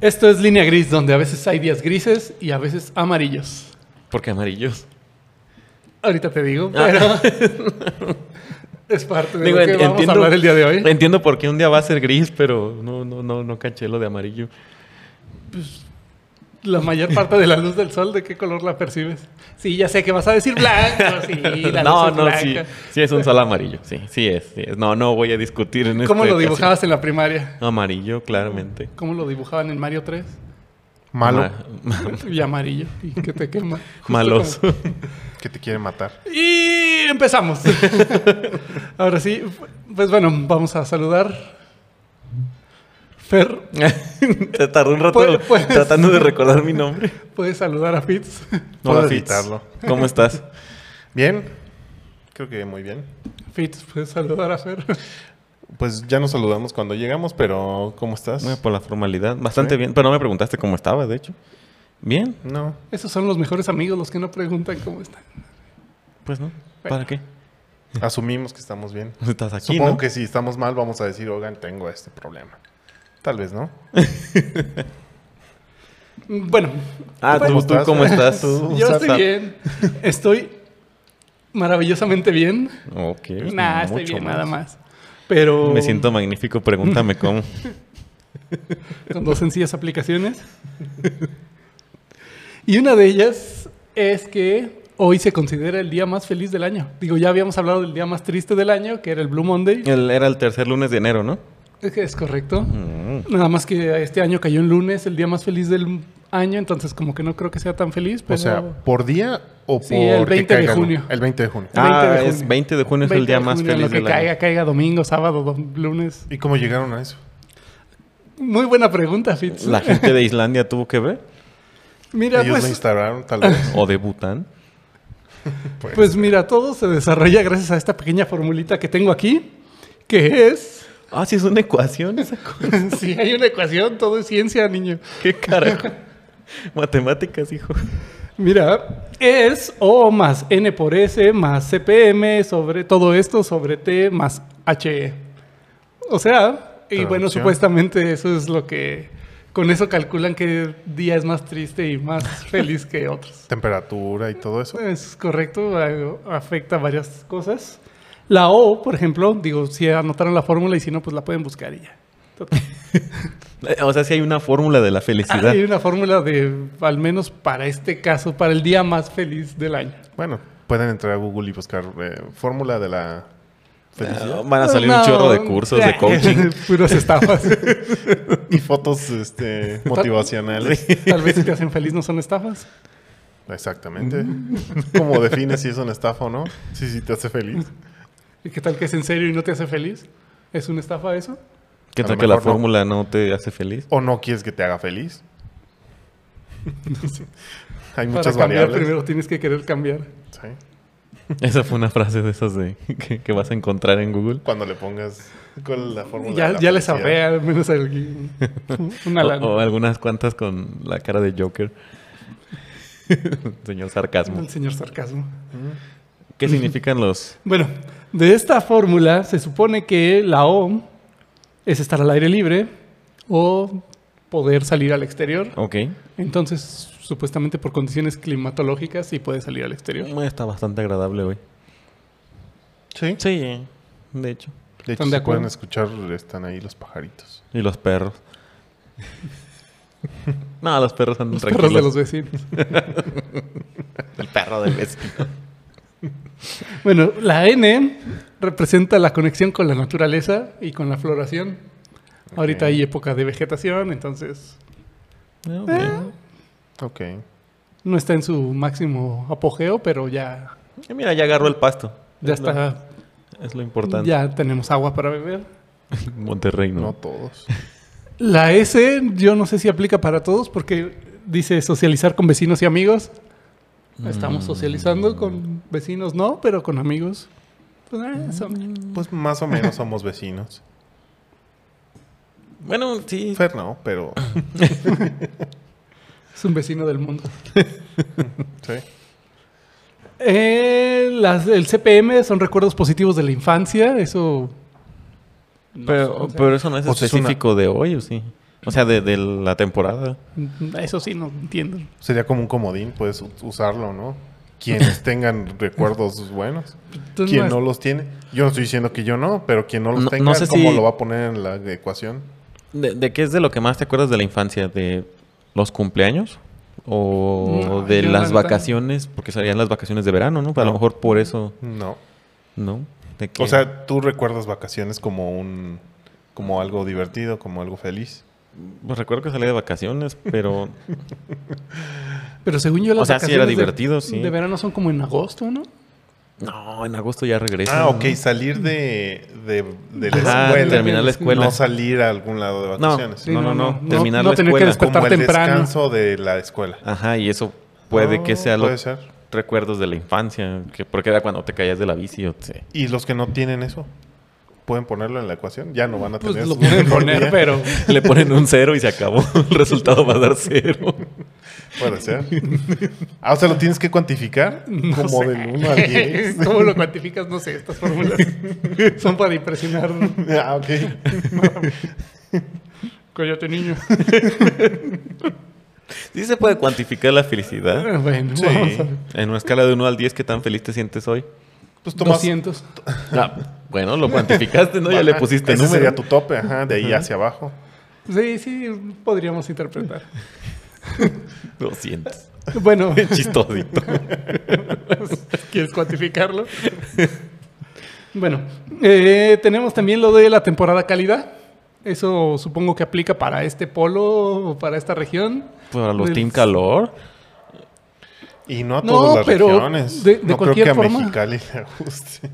Esto es Línea Gris, donde a veces hay días grises y a veces amarillos. ¿Por qué amarillos? Ahorita te digo, pero es parte de Ah. Digo, lo en- que vamos entiendo- a hablar el día de hoy. Entiendo por qué un día va a ser gris, pero no, no, no, no caché lo de amarillo. La mayor parte de la luz del sol, ¿de qué color la percibes? Sí, ya sé que vas a decir blanco, sí, la no, luz es no, blanca. sí, sí es un sol amarillo. Sí, sí es, sí es. No, no voy a discutir en ¿Cómo este lo caso. dibujabas en la primaria? Amarillo, claramente. ¿Cómo lo dibujaban en Mario 3? Ma- Malo, ma- Y amarillo, y que te quema. Justo malos. como- que te quiere matar. Y empezamos. Ahora sí, pues bueno, vamos a saludar. Fer, Te tardó un rato Pues- pues. tratando de recordar mi nombre. ¿puedes saludar a Fitz? Puedo Hola, Fitz. editarlo. ¿Cómo estás? Bien, creo que muy bien. Fitz, ¿puedes saludar a Fer? Pues ya nos saludamos cuando llegamos, pero ¿cómo estás? Bueno, por la formalidad, bastante Sí. bien. Pero no me preguntaste cómo estaba, de hecho. Bien, No, Esos son los mejores amigos, los que no preguntan cómo están. pues no. Bueno. ¿Para qué? asumimos que estamos bien. Estás aquí, Supongo ¿no? que si estamos mal vamos a decir, oigan, tengo este problema. Tal vez, ¿no? Bueno, Ah, ¿Cómo tú, tú, estás? ¿cómo estás? Tú. yo sea, estoy tan- bien. Estoy maravillosamente bien. Ok. Nah, estoy mucho bien, más. nada más. Pero Me siento magnífico, pregúntame cómo. con dos sencillas aplicaciones. Y una de ellas es que hoy se considera el día más feliz del año. Digo, ya habíamos hablado del día más triste del año, que era el Blue Monday. El- era el tercer lunes de enero, ¿no? Es correcto. Mm. Nada más que este año cayó en lunes, el día más feliz del año, entonces como que no creo que sea tan feliz, pero O sea, ¿por día o Pues por Sí, el 20 de junio. El 20 de junio. Ah. 20 Ah, de junio. es 20 de junio es 20 el día de más junio, feliz lo que del caiga, año. caiga domingo, sábado, dom- lunes. ¿Y cómo llegaron a eso? Muy buena pregunta, Fitz. La gente de Islandia tuvo que ver. Mira, Ellos lo pues, instalaron, tal vez. O de Bután. Pues, pues mira, todo se desarrolla gracias a esta pequeña formulita que tengo aquí, que es Ah, sí, es una ecuación esa cosa. si hay una ecuación, todo es ciencia, niño. ¿Qué carajo? Matemáticas, hijo. Mira, es O más N por S más CPM sobre todo esto sobre T más HE. O sea, y bueno, Traducción. supuestamente eso es lo que... Con eso calculan qué día es más triste y más feliz que otros. temperatura y todo eso. Es correcto, a- afecta varias cosas. La O, por ejemplo, digo, si anotaron la fórmula y si no, pues la pueden buscar y ya. Total. Eh, O sea, sí hay una fórmula de la felicidad. Hay una fórmula de, al menos para este caso, para el día más feliz del año. Bueno, pueden entrar a Google y buscar eh, fórmula de la felicidad. Ah, Van a salir No, un chorro de cursos de ya, coaching. Puras estafas. Y fotos este, motivacionales. Tal vez si te hacen feliz no son estafas. Exactamente. Mm. ¿Cómo defines si es una estafa o no? Si sí te hace feliz. ¿Y qué tal que es en serio y no te hace feliz? ¿Es una estafa eso? ¿Qué A tal lo que la mejor no. fórmula no te hace feliz? ¿O no quieres que te haga feliz? Para Hay muchas cambiar variables. primero tienes que querer cambiar. Sí. Esa fue una frase de esas de que, que vas a encontrar en Google. Cuando le pongas con la fórmula. de Ya, la ya le felicidad. sabré al menos alguien. O, Una lana. o algunas cuantas con la cara de Joker. Señor sarcasmo. El señor sarcasmo. ¿Qué significan los Bueno, de esta fórmula se supone que la O es estar al aire libre o poder salir al exterior. Ok. Entonces, supuestamente por condiciones climatológicas sí puedes salir al exterior. Está bastante agradable hoy. Sí. Sí, de hecho. De hecho, ¿Están de si pueden acuerdo? escuchar, están ahí los pajaritos. Y los perros. no, los perros andan Los tranquilos. perros de los vecinos. El perro del vecino. Bueno, la N representa la conexión con la naturaleza y con la floración. Ahorita Ok. hay época de vegetación, entonces Ah, ok. Ok. no está en su máximo apogeo, pero ya, Eh, Mira, ya agarró el pasto. ya Es lo- está, es lo importante. ya tenemos agua para beber. Monterrey, ¿no? No todos. La S yo no sé si aplica para todos porque dice socializar con vecinos y amigos. Mm. Estamos socializando con vecinos, no, pero con amigos. pues, eh, son- Pues más o menos somos vecinos. Bueno, sí. Fer no, pero es un vecino del mundo. sí. Eh, las- el CPM son recuerdos positivos de la infancia. Eso No pero, sé, o sea, pero eso no es Pues es específico de hoy, ¿o sí? O sea, de, de la temporada. Eso sí, no entiendo. Sería como un comodín, puedes u- usarlo, ¿no? Quienes tengan recuerdos buenos. Tú Quien has- no los tiene. Yo no estoy diciendo que yo no, pero quien no los No- tenga, no sé ¿cómo si- lo va a poner en la ecuación? ¿De, de qué es de lo que más te acuerdas de la infancia? ¿De los cumpleaños? ¿O No, de yo la las neta no. vacaciones? Porque serían las vacaciones de verano, ¿no? A lo No. mejor por eso, No. ¿no? De que- O sea, tú recuerdas vacaciones como un como algo divertido, como algo feliz. pues recuerdo que salía de vacaciones, pero... Pero según yo, las O sea, sí era vacaciones de- divertido, sí. De verano son como en agosto, ¿no? no, en agosto ya regresa. Ah, ok, salir de, de, de la Ajá, escuela. terminar la escuela. No salir a algún lado de No. vacaciones. Sí, no, no, no. Terminar no la tener que escuela. despertar Como el temprano. descanso de la escuela. Ajá, y eso puede que Ah, sea Puede los ser. recuerdos de la infancia, que porque era cuando te caías de la bici o te... ¿Y los que no tienen eso? ¿Pueden ponerlo en la ecuación? Ya no van a Pues tener lo su pueden mejor poner, día. pero Le ponen un cero y se acabó. El resultado va a dar cero. Puede ser. Ah, o sea, lo tienes que cuantificar No como sé. del 1 al 10. ¿Cómo lo cuantificas? No sé, estas fórmulas son para impresionar ah, ok. Coyote Niño. Sí se puede cuantificar la felicidad. Bueno, Sí. vamos a En una escala de 1 al 10, ¿qué tan feliz te sientes hoy? Pues tomas. 200. Ah, bueno, lo cuantificaste, ¿no? Ya Ajá, le pusiste ese número. sería tu tope, ajá, de ahí hacia abajo. Sí, sí, podríamos interpretar. 200. Bueno, Chistosito. ¿quieres cuantificarlo? Bueno, eh, tenemos también lo de la temporada cálida. Eso supongo que aplica para este polo o para esta región. Para los Del- Team Calor. Y no a No, todas las pero regiones. de- de no cualquier creo que forma. a Mexicali le guste.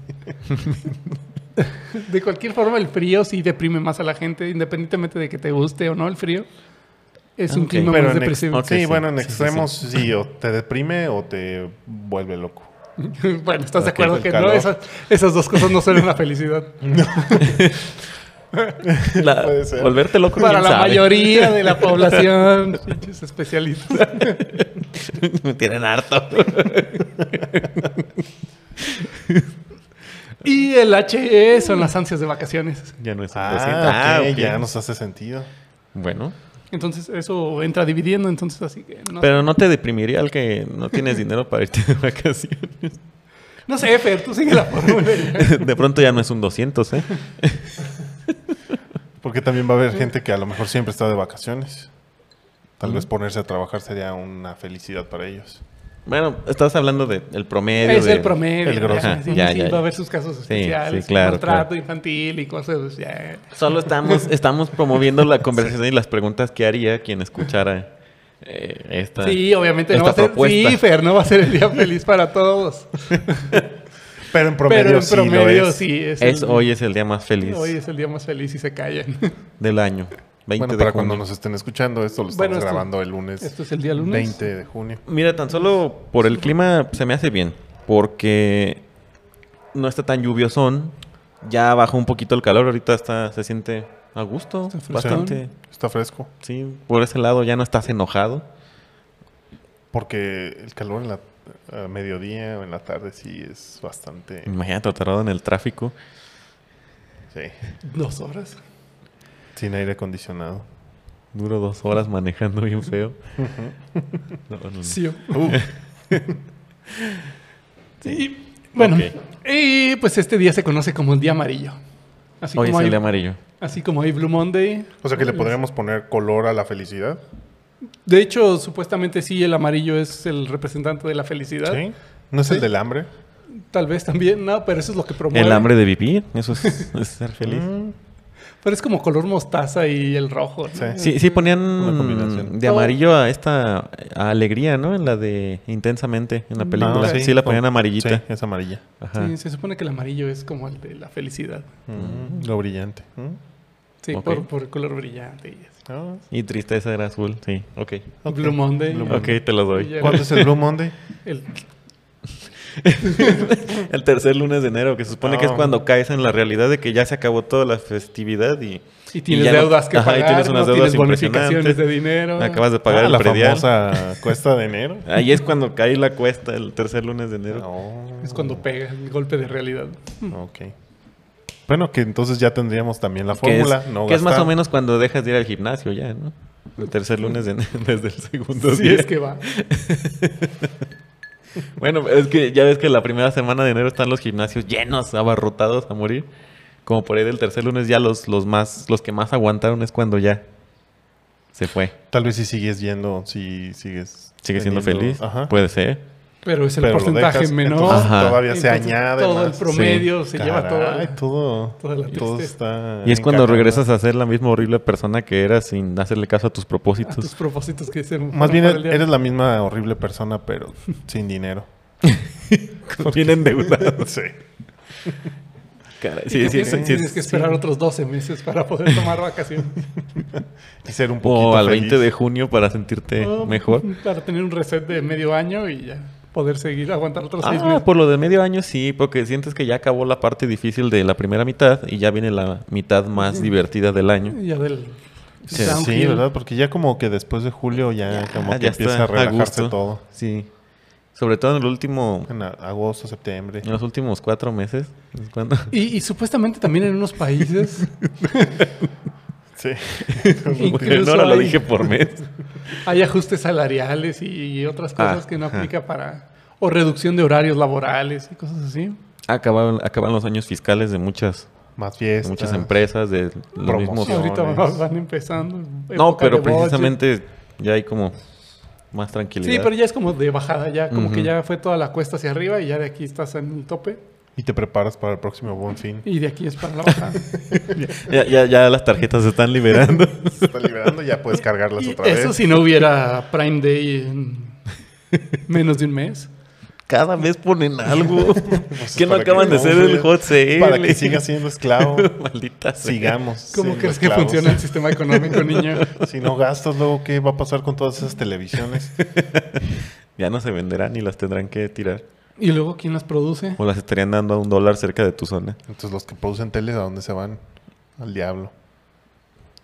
De cualquier forma, el frío sí deprime más a la gente, independientemente de que te guste o no el frío. Es un Ok. clima Pero más en ex- depresivo. Ok, sí, sí, bueno, en sí, sí, extremos sí, o te deprime o te vuelve loco. bueno, ¿estás de Ok, acuerdo el que no? calor. Esas, esas dos cosas no suelen la felicidad. La- Puede ser. volverte loco Para quién la sabe. mayoría de la población, pinches especialistas. Me tienen harto. Y el HE son las ansias de vacaciones. Ya no es un 200. Ah, ok, ok. ya nos hace sentido. Bueno. Entonces, eso entra dividiendo, entonces así que no, Pero no te deprimiría el que no tienes dinero para irte de vacaciones. no sé, Fer, tú sigue la fórmula. De pronto ya no es un 200, ¿eh? Porque también va a haber gente que a lo mejor siempre está de vacaciones. Tal vez ponerse a trabajar sería una felicidad para ellos. Bueno, estás hablando del promedio. es de- el promedio. el grosso. ajá, sí, Ya, sí, ya, va a ya. haber sus casos especiales, claro, maltrato claro. infantil y cosas. Ya. Solo estamos, estamos promoviendo la conversación y las preguntas que haría quien escuchara eh, esta. Sí, obviamente no esta va a ser. propuesta. Sí, Fer, no va a ser el día feliz para todos. Pero en promedio, pero en sí lo promedio es. sí es. Es- el- hoy es el día más feliz hoy es el día más feliz y se callan. del año. 20 Bueno, de para junio. cuando nos estén escuchando, esto lo estamos Bueno, esto- grabando el lunes, Esto es el día lunes. 20 de junio. Mira, tan solo por el clima se me hace bien. Porque no está tan lluviosón. Ya bajó un poquito el calor. Ahorita está, se siente a gusto. Está fresón. Bastante. Está fresco. Sí, por ese lado ya no estás enojado. Porque el calor en la a mediodía o en la tarde sí es bastante. Imagínate atorado en el tráfico. Sí. Dos horas. Sin aire acondicionado. Duro dos horas manejando bien feo. No, no, no. Sí. Uh, Y, bueno, Ok. y pues este día se conoce como el día amarillo. Así, Hoy es como el hay, día amarillo. así como hay Blue Monday. Mm. o sea que Mm. le podríamos poner color a la felicidad. De hecho, supuestamente sí, el amarillo es el representante de la felicidad. Sí. ¿No es Sí. el del hambre? Tal vez también, no, pero eso es lo que promueve. El hambre de vivir, eso es, es ser feliz. Mm, Pero es como color mostaza y el rojo. ¿no? Sí. Sí, sí Una ponían combinación. de amarillo a esta a alegría, ¿no? En la de intensamente en la película. no, sí. la ponían con- amarillita. Ah, Sí, es amarilla. Ajá. Sí, se supone que el amarillo es como el de la felicidad. Mm, Lo brillante. Mm, Ah. Sí, Ok. por, por el color brillante. y eso. no, Y tristeza era azul, sí. Ok. ok. Blue Monday. Blue Ok, te lo Y doy. ya ¿Cuándo es el Blue Monday? el- El tercer lunes de enero, que se supone que es No. cuando caes en la realidad de que ya se acabó toda la festividad y y tienes ya no- deudas que Ajá, y pagar, tienes unas no deudas tienes bonificaciones impresionantes. de dinero. acabas de pagar Ah, el la predial. famosa cuesta de enero. Ahí es cuando cae la cuesta, el tercer lunes de enero. No. Es cuando pega el golpe de realidad. Ok. Bueno, que entonces ya tendríamos también la Que es, fórmula. no que es más gastar. o menos cuando dejas de ir al gimnasio ya, ¿no? El tercer lunes de- desde el segundo Sí, día. es que va. Bueno, es que ya ves que la primera semana de enero están los gimnasios llenos, abarrotados a morir. Como por ahí del tercer lunes ya los, los más, los que más aguantaron es cuando ya se fue. Tal vez si sigues yendo, si sigues. Sigue siendo teniendo- feliz. Ajá. Puede ser. Pero es el Pero lo porcentaje dejas, menor. entonces Ajá. Todavía se Entonces, añade. Todo el más. promedio se lleva Caray, toda. la- todo. toda la todo tristeza. está. Y es cuando encajonado. regresas a ser la misma horrible persona que eras sin hacerle caso a a tus tus propósitos. propósitos que se Más fueron bien para el día. eres la misma horrible persona, pero sin dinero. Bien endeudado. sí. Caray, Y sí, sí, que sí, sí, tienes sí. que esperar otros 12 meses para poder tomar vacaciones. Y ser un poquito. O al feliz. 20 de junio para sentirte O mejor. Oh, Para tener un reset de medio año y ya poder seguir, aguantar otros 6 Ah, meses. por lo de medio año sí, porque sientes que ya acabó la parte difícil de la primera mitad y ya viene la mitad más divertida del año. Ya del. pues. Sí, Sí, downhill. ¿verdad? Porque ya como que después de julio ya, como Ah, que ya está empieza a relajarse gusto. todo. Sí. Sobre todo en el último, En a- agosto, septiembre. en los últimos cuatro meses. es cuando- Y, y supuestamente también en unos países Sí. en Incluso hora lo hay- dije por mes. hay ajustes salariales y, y otras cosas Ah, que no ajá. aplica para. O reducción de horarios laborales y cosas así. Acabaron, acaban los años fiscales de muchas, Más de fiestas. muchas empresas, de los mismos. Promociones. Ahorita van, van empezando. No, época pero de budget. precisamente ya hay como más tranquilidad. Sí, pero ya es como de bajada, ya como que Ujú. ya fue toda la cuesta hacia arriba y ya de aquí estás en el tope Y te preparas para el próximo buen fin. y de aquí es para la bajada. ya, ya, ya las tarjetas se están liberando. Se está liberando, ya puedes cargarlas Y otra vez. eso si no hubiera Prime Day en menos de un mes. Cada vez ponen algo. Pues que no para acaban de no, ser el hot sale. Para que siga siendo esclavo. Maldita sea. Sigamos. ¿Cómo siendo crees que esclavos. funciona el sistema económico, niño? Si no gastas, luego, ¿qué va a pasar con todas esas televisiones? Ya no se venderán y las tendrán que tirar. ¿Y luego quién las produce? O las estarían dando a un dólar cerca de tu zona. Entonces, los que producen teles, ¿a dónde se van? Al diablo.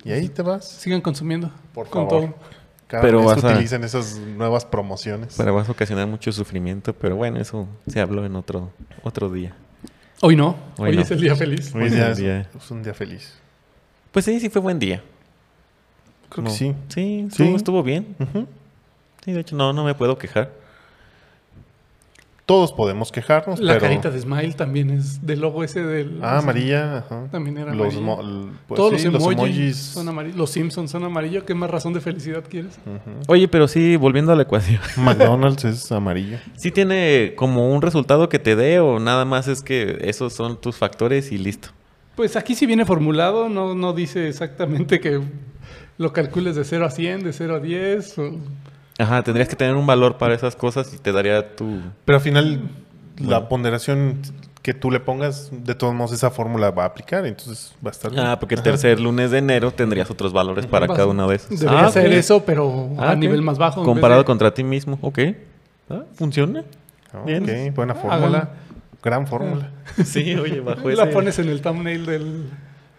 Y ahí te vas. Sigan consumiendo. Por con favor. todo. Cada Pero vez vas a- utilizan esas nuevas promociones. Pero vas a ocasionar mucho sufrimiento. Pero bueno, eso se habló en otro, otro día. Hoy no. Hoy, Hoy no. es el día feliz. Hoy Hoy día en pues es, día. es un día feliz. Pues sí, sí fue buen día. Creo No. que sí. Sí, estuvo, Sí. estuvo bien. Ujú. Sí, de hecho, no, no me puedo quejar. Todos podemos quejarnos, La pero... carita de Smile también es del logo ese del... Ah, amarilla. ajá. También era los amarilla. mo- l- pues Todos sí, los, emojis son son amarillos. Los Simpsons son amarillos. ¿Qué más razón de felicidad quieres? Oye, pero sí, volviendo a la ecuación. McDonald's es amarillo. ¿Sí tiene como un resultado que te dé o nada más es que esos son tus factores y listo? Pues aquí sí viene formulado, no, no dice exactamente que lo calcules de 0 a 100, de 0 a 10. o- Ajá, tendrías que tener un valor para esas cosas y te daría tu... Pero al final, la ponderación que tú le pongas, de todos modos, esa fórmula va a aplicar. Entonces va a estar. bien. Ah, porque el Ajá. tercer lunes de enero tendrías otros valores para Vas- cada una de esas. Debería Ah, ser ok. eso, pero Ah, a ok. nivel más bajo. en vez Comparado de- contra ti mismo. Ok. Ah, ¿Funciona? Ah, pues, Bien. Ok, buena fórmula. Gran fórmula. Ah. pues, Sí, oye, bajo La ese- pones en el thumbnail del...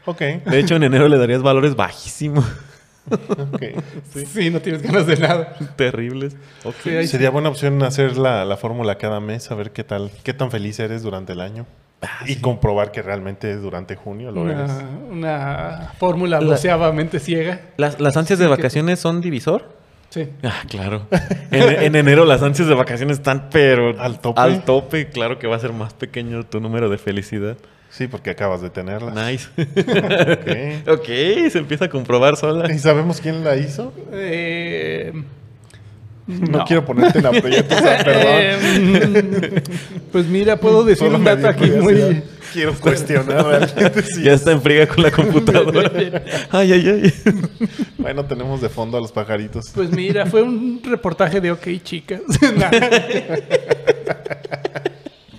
Ok, De hecho, en enero le darías valores bajísimos. ok. Sí, no tienes ganas de nada. Terribles. Ok. Sí, ahí- Sería buena opción hacer la, la fórmula cada mes, a ver qué tal, qué tan feliz eres durante el año. Ah, y comprobar que realmente durante junio lo eres. Una, una fórmula La- doceavamente ciega. ¿Las, las ansias de vacaciones son divisor? Sí. Ah, claro. En, en enero las ansias de vacaciones están, pero Al tope. Al tope, claro que va a ser más pequeño tu número de felicidad. Sí, porque acabas de tenerla. Ah. Nice. Ok. ok, se empieza a comprobar sola. ¿Y sabemos quién la hizo? Eh, No, quiero ponerte en aprietos, o sea, perdón. Eh, mm, pues mira, puedo decir Solo un me dato dio aquí curiosidad. muy... Quiero cuestionar realmente si- Ya está en friega con la computadora. ay, ay, ay. Bueno, tenemos de fondo a los pajaritos. Pues mira, fue un reportaje de OK Chicas. Nah.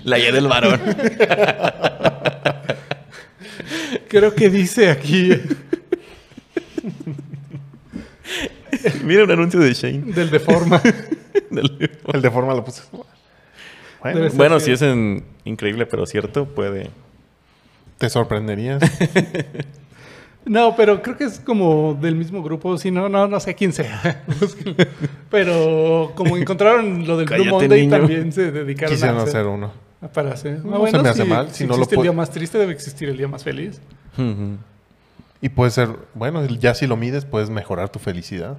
La guía del varón. Creo que dice aquí Mira un anuncio de Shane. del de forma. Del- El de forma lo puse. Bueno, Debe ser Bueno, cierto. si es en increíble pero cierto, puede. te sorprenderías. No, pero creo que es como del mismo grupo, si no, no, no sé quién sea. Pero como encontraron lo del Blue Cállate, Monday, niño. también se dedicaron Quisieron a hacer. hacer uno. Para hacer. Ah, No se me hace mal, si no lo existe el puedo- día más triste, debe existir el día más feliz. Ujú. Y puede ser, bueno, ya si lo mides, puedes mejorar tu felicidad.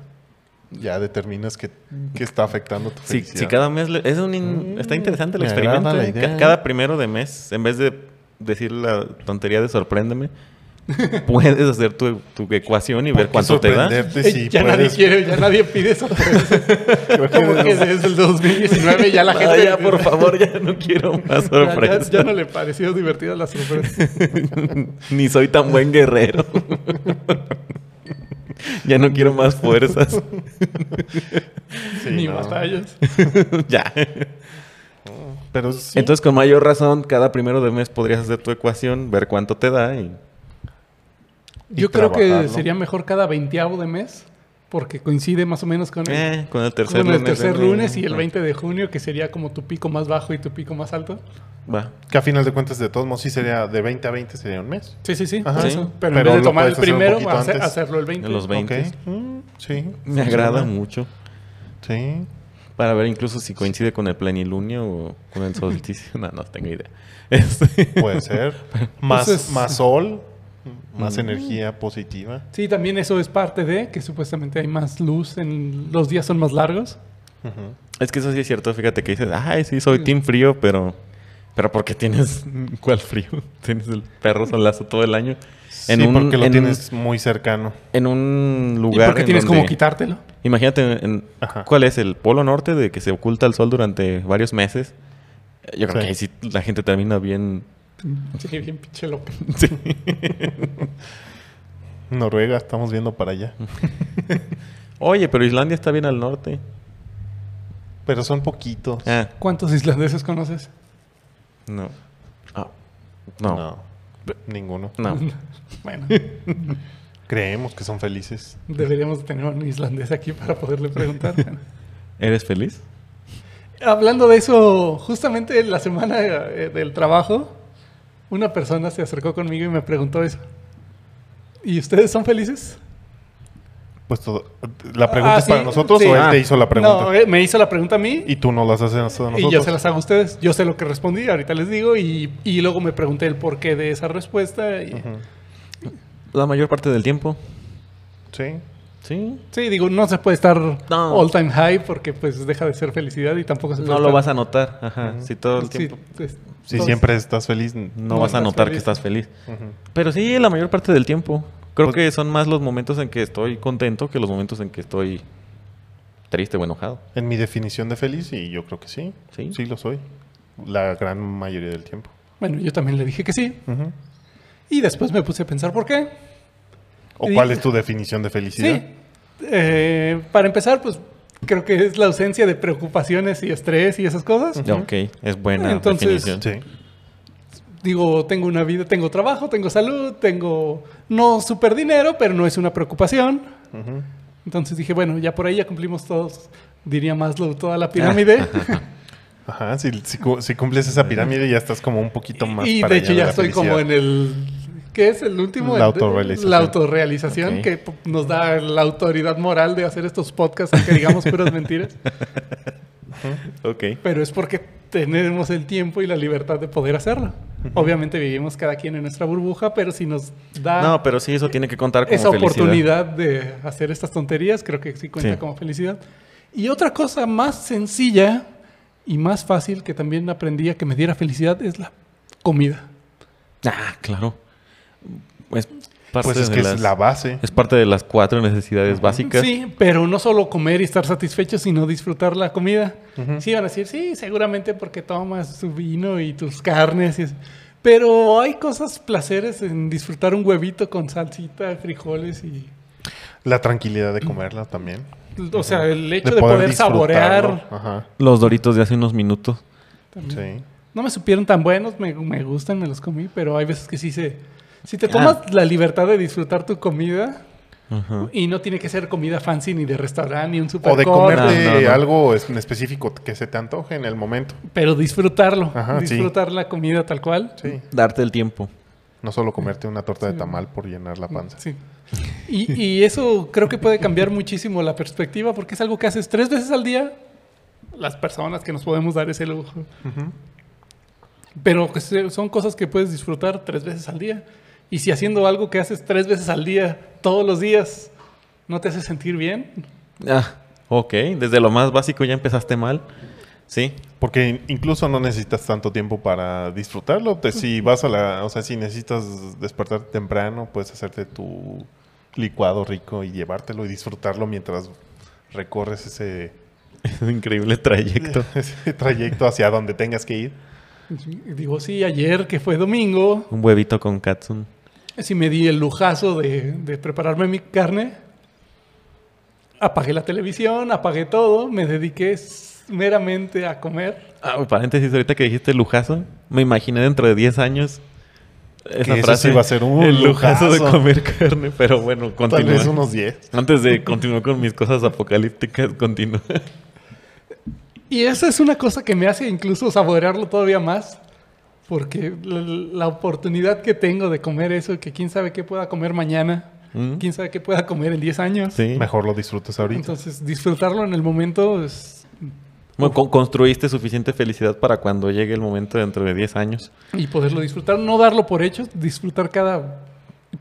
Ya determinas que, que está afectando tu Si, felicidad. si cada mes le- es un in- está interesante el me experimento. agrada la ¿eh? Ca- idea. Cada primero de mes, en vez de decir la tontería de sorpréndeme, puedes hacer tu, tu ecuación y ver Porque cuánto te da. sorprenderte Eh, si ya nadie puedes- quiere, ya nadie pide eso. creo que Como que desde el 2019 ya la Ah, gente. ya, por favor, ya no quiero más Ya- ya- sorpresas. ya no le pareció divertida la sorpresa. Ni soy tan buen guerrero. ya no quiero más fuerzas. sí, ni no. batallas. ya. Pero sí, Entonces, con mayor razón, cada primero de mes podrías hacer tu ecuación, ver cuánto te da y Y Yo creo que trabajarlo. sería mejor cada veinteavo de mes, porque coincide más o menos con el, eh, con el con tercer el lunes. tercer ¿eh? lunes y el 20 de junio, que sería como tu pico más bajo y tu pico más alto. Va. que a final de cuentas, de todos modos, sí sería de 20 a 20 sería un mes. Sí, sí, sí. Ajá. por Sí. eso. Pero, Pero en vez lo de tomar el puedes hacer un primero, poquito hace- antes. hacerlo el 20. En los 20. Ok. Mm, sí. Me funciona. agrada mucho. Sí. Para ver incluso si coincide con el plenilunio o con el solsticio. no, no tengo idea. Este, Puede ser. más, Entonces- más sol, más Mm. energía positiva. Sí, también eso es parte de que supuestamente hay más luz, en los días son más largos. Ujú. es que eso sí es cierto. Fíjate que dices, ay, sí, soy team frío, pero... Pero porque tienes... ¿Cuál frío? Tienes el perro solazo todo el año. En sí, un- porque lo en- tienes muy cercano. En un y lugar porque en tienes donde- como quitártelo. Imagínate, en- en- Ajá. ¿cuál es el polo norte de que se oculta el sol durante varios meses? Yo creo Sí. que ahí sí la gente termina bien... Sí, bien pinche loco. Sí. Noruega, estamos viendo para allá. Oye, pero Islandia está bien al norte. Pero son poquitos. Ah, ¿Cuántos islandeses conoces? no. Ah, no. no. Ninguno. No. Bueno, Creemos que son felices. deberíamos tener un islandés aquí para poderle preguntar. Bueno. ¿Eres feliz? Hablando de eso, justamente en la semana eh, del trabajo, una persona se acercó conmigo y me preguntó eso. ¿Y ustedes son felices? Pues todo- ¿La pregunta Ah, es para sí, nosotros sí. o él Ah. te hizo la pregunta? No, eh, me hizo la pregunta a mí Y tú no las haces a nosotros. Y yo se las hago a ustedes. Yo sé lo que respondí, ahorita les digo. Y, y luego me pregunté el porqué de esa respuesta. y- Ujú. La mayor parte del tiempo. Sí. Sí. Sí, digo, no se puede estar No. all time high porque pues deja de ser felicidad y tampoco se puede No lo vas a notar. Ajá. Si todo el tiempo... Si siempre estás feliz. No, No vas a estás notar feliz. que estás feliz. Ujú. Pero sí, la mayor parte del tiempo. Creo Pues- que son más los momentos en que estoy contento que los momentos en que estoy triste o enojado. En mi definición de feliz, y yo creo que sí. Sí. Sí, lo soy. La gran mayoría del tiempo. Bueno, yo también le dije que sí. Ujú. Y después me puse a pensar por qué. ¿O Y- cuál es tu definición de Sí. felicidad? Eh, para empezar, pues creo que es la ausencia de preocupaciones y estrés y esas cosas. Ya, Ok, es buena Entonces- definición. Sí. Digo, tengo una vida, tengo trabajo, tengo salud, tengo no super dinero, pero no es una preocupación. Ujú. Entonces dije, bueno, ya por ahí ya cumplimos todos, diría Maslow, toda Ah. la pirámide. Ajá, si, si cu- si cumples esa pirámide ya estás como un poquito más y para de allá hecho ya la estoy como en felicidad. el... ¿Qué es el último? La El- autorrealización. La autorrealización Ok. que p- nos da la autoridad moral de hacer estos podcasts aunque digamos puras mentiras. Ok. Pero es porque tenemos el tiempo y la libertad de poder hacerlo. Obviamente vivimos cada quien en nuestra burbuja, pero si nos da No, pero sí, eso tiene que contar como Ah, esa felicidad. oportunidad de hacer estas tonterías, creo que sí cuenta Sí. como felicidad. Y otra cosa más sencilla y más fácil que también aprendí a que me diera felicidad es la comida. Ah, claro. Es parte, Pues es de que las, es la base. es parte de las cuatro necesidades básicas. Mm, Sí, pero no solo comer y estar satisfecho, sino disfrutar la comida. Sí, van a decir, sí, seguramente porque tomas tu vino y tus carnes. y eso". Pero hay cosas, placeres en disfrutar un huevito con salsita, frijoles y... La tranquilidad de comerla también. O sea, el hecho de, poder disfrutarlo. saborear Ajá, Los doritos de hace unos minutos. sí. No me supieron tan buenos, me, me gustan, me los comí, pero hay veces que sí se... Si Ah. te tomas la libertad de disfrutar tu comida, Ajá. y no tiene que ser comida fancy ni de restaurante, ni un super O de comer. comerte No, no, no. algo es- en específico que se te antoje en el momento. pero disfrutarlo, Ajá, sí. disfrutar la comida tal cual. Sí. Darte el tiempo. No solo comerte una torta de tamal por llenar la panza. Sí. Y, y eso creo que puede cambiar muchísimo la perspectiva, porque es algo que haces tres veces al día. Las personas que nos podemos dar ese lujo. Pero que se- son cosas que puedes disfrutar tres veces al día. Y si haciendo algo que haces tres veces al día, todos los días, no te hace sentir bien, Ah, ok, desde lo más básico ya empezaste mal. Sí, Porque incluso no necesitas tanto tiempo para disfrutarlo. Te- si vas a la, o sea, si necesitas despertar temprano, puedes hacerte tu licuado rico y llevártelo y disfrutarlo mientras recorres ese, es un increíble trayecto. ese trayecto hacia donde tengas que ir. Y Digo, sí, ayer que fue domingo, Un huevito con katsun. sí me di el lujazo de, de prepararme mi carne. Apagué la televisión, apagué todo, me dediqué s- meramente a comer. Ah, paréntesis, ahorita que dijiste lujazo, me imaginé dentro de 10 años esa eso frase. sí va a ser un el lujazo, de lujazo. comer carne, pero bueno, Tal continúa. vez unos 10. Antes de continuar con mis cosas apocalípticas, continúa. Y esa es una cosa que me hace incluso saborearlo todavía más, porque la, la oportunidad que tengo de comer eso, que quién sabe qué pueda comer mañana, Mm. quién sabe qué pueda comer en 10 años. Sí. Mejor lo disfrutas ahorita. Entonces, disfrutarlo en el momento es Bueno, con- construiste suficiente felicidad para cuando llegue el momento dentro de 10 años. y poderlo disfrutar, no darlo por hecho, disfrutar cada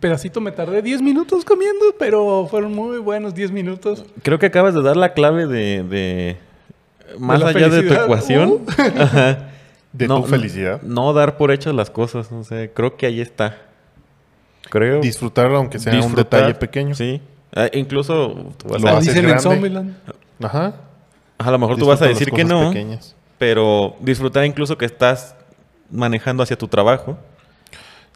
pedacito. Me tardé 10 minutos comiendo, pero fueron muy buenos 10 minutos. Creo que acabas de dar la clave de... de- más la allá de tu felicidad. ecuación. Uh. Ajá. De No, tu felicidad. No, dar por hechas las cosas, no sé. Creo que ahí está. Creo. Disfrutar aunque sea un disfrutar, detalle pequeño. Sí. Ah, incluso tú vas Lo a, Lo haces dicen en grande. Zombieland. Ajá. a lo mejor tú vas a Disfruta las decir que cosas no, pequeñas. pero disfrutar incluso que estás manejando hacia tu trabajo.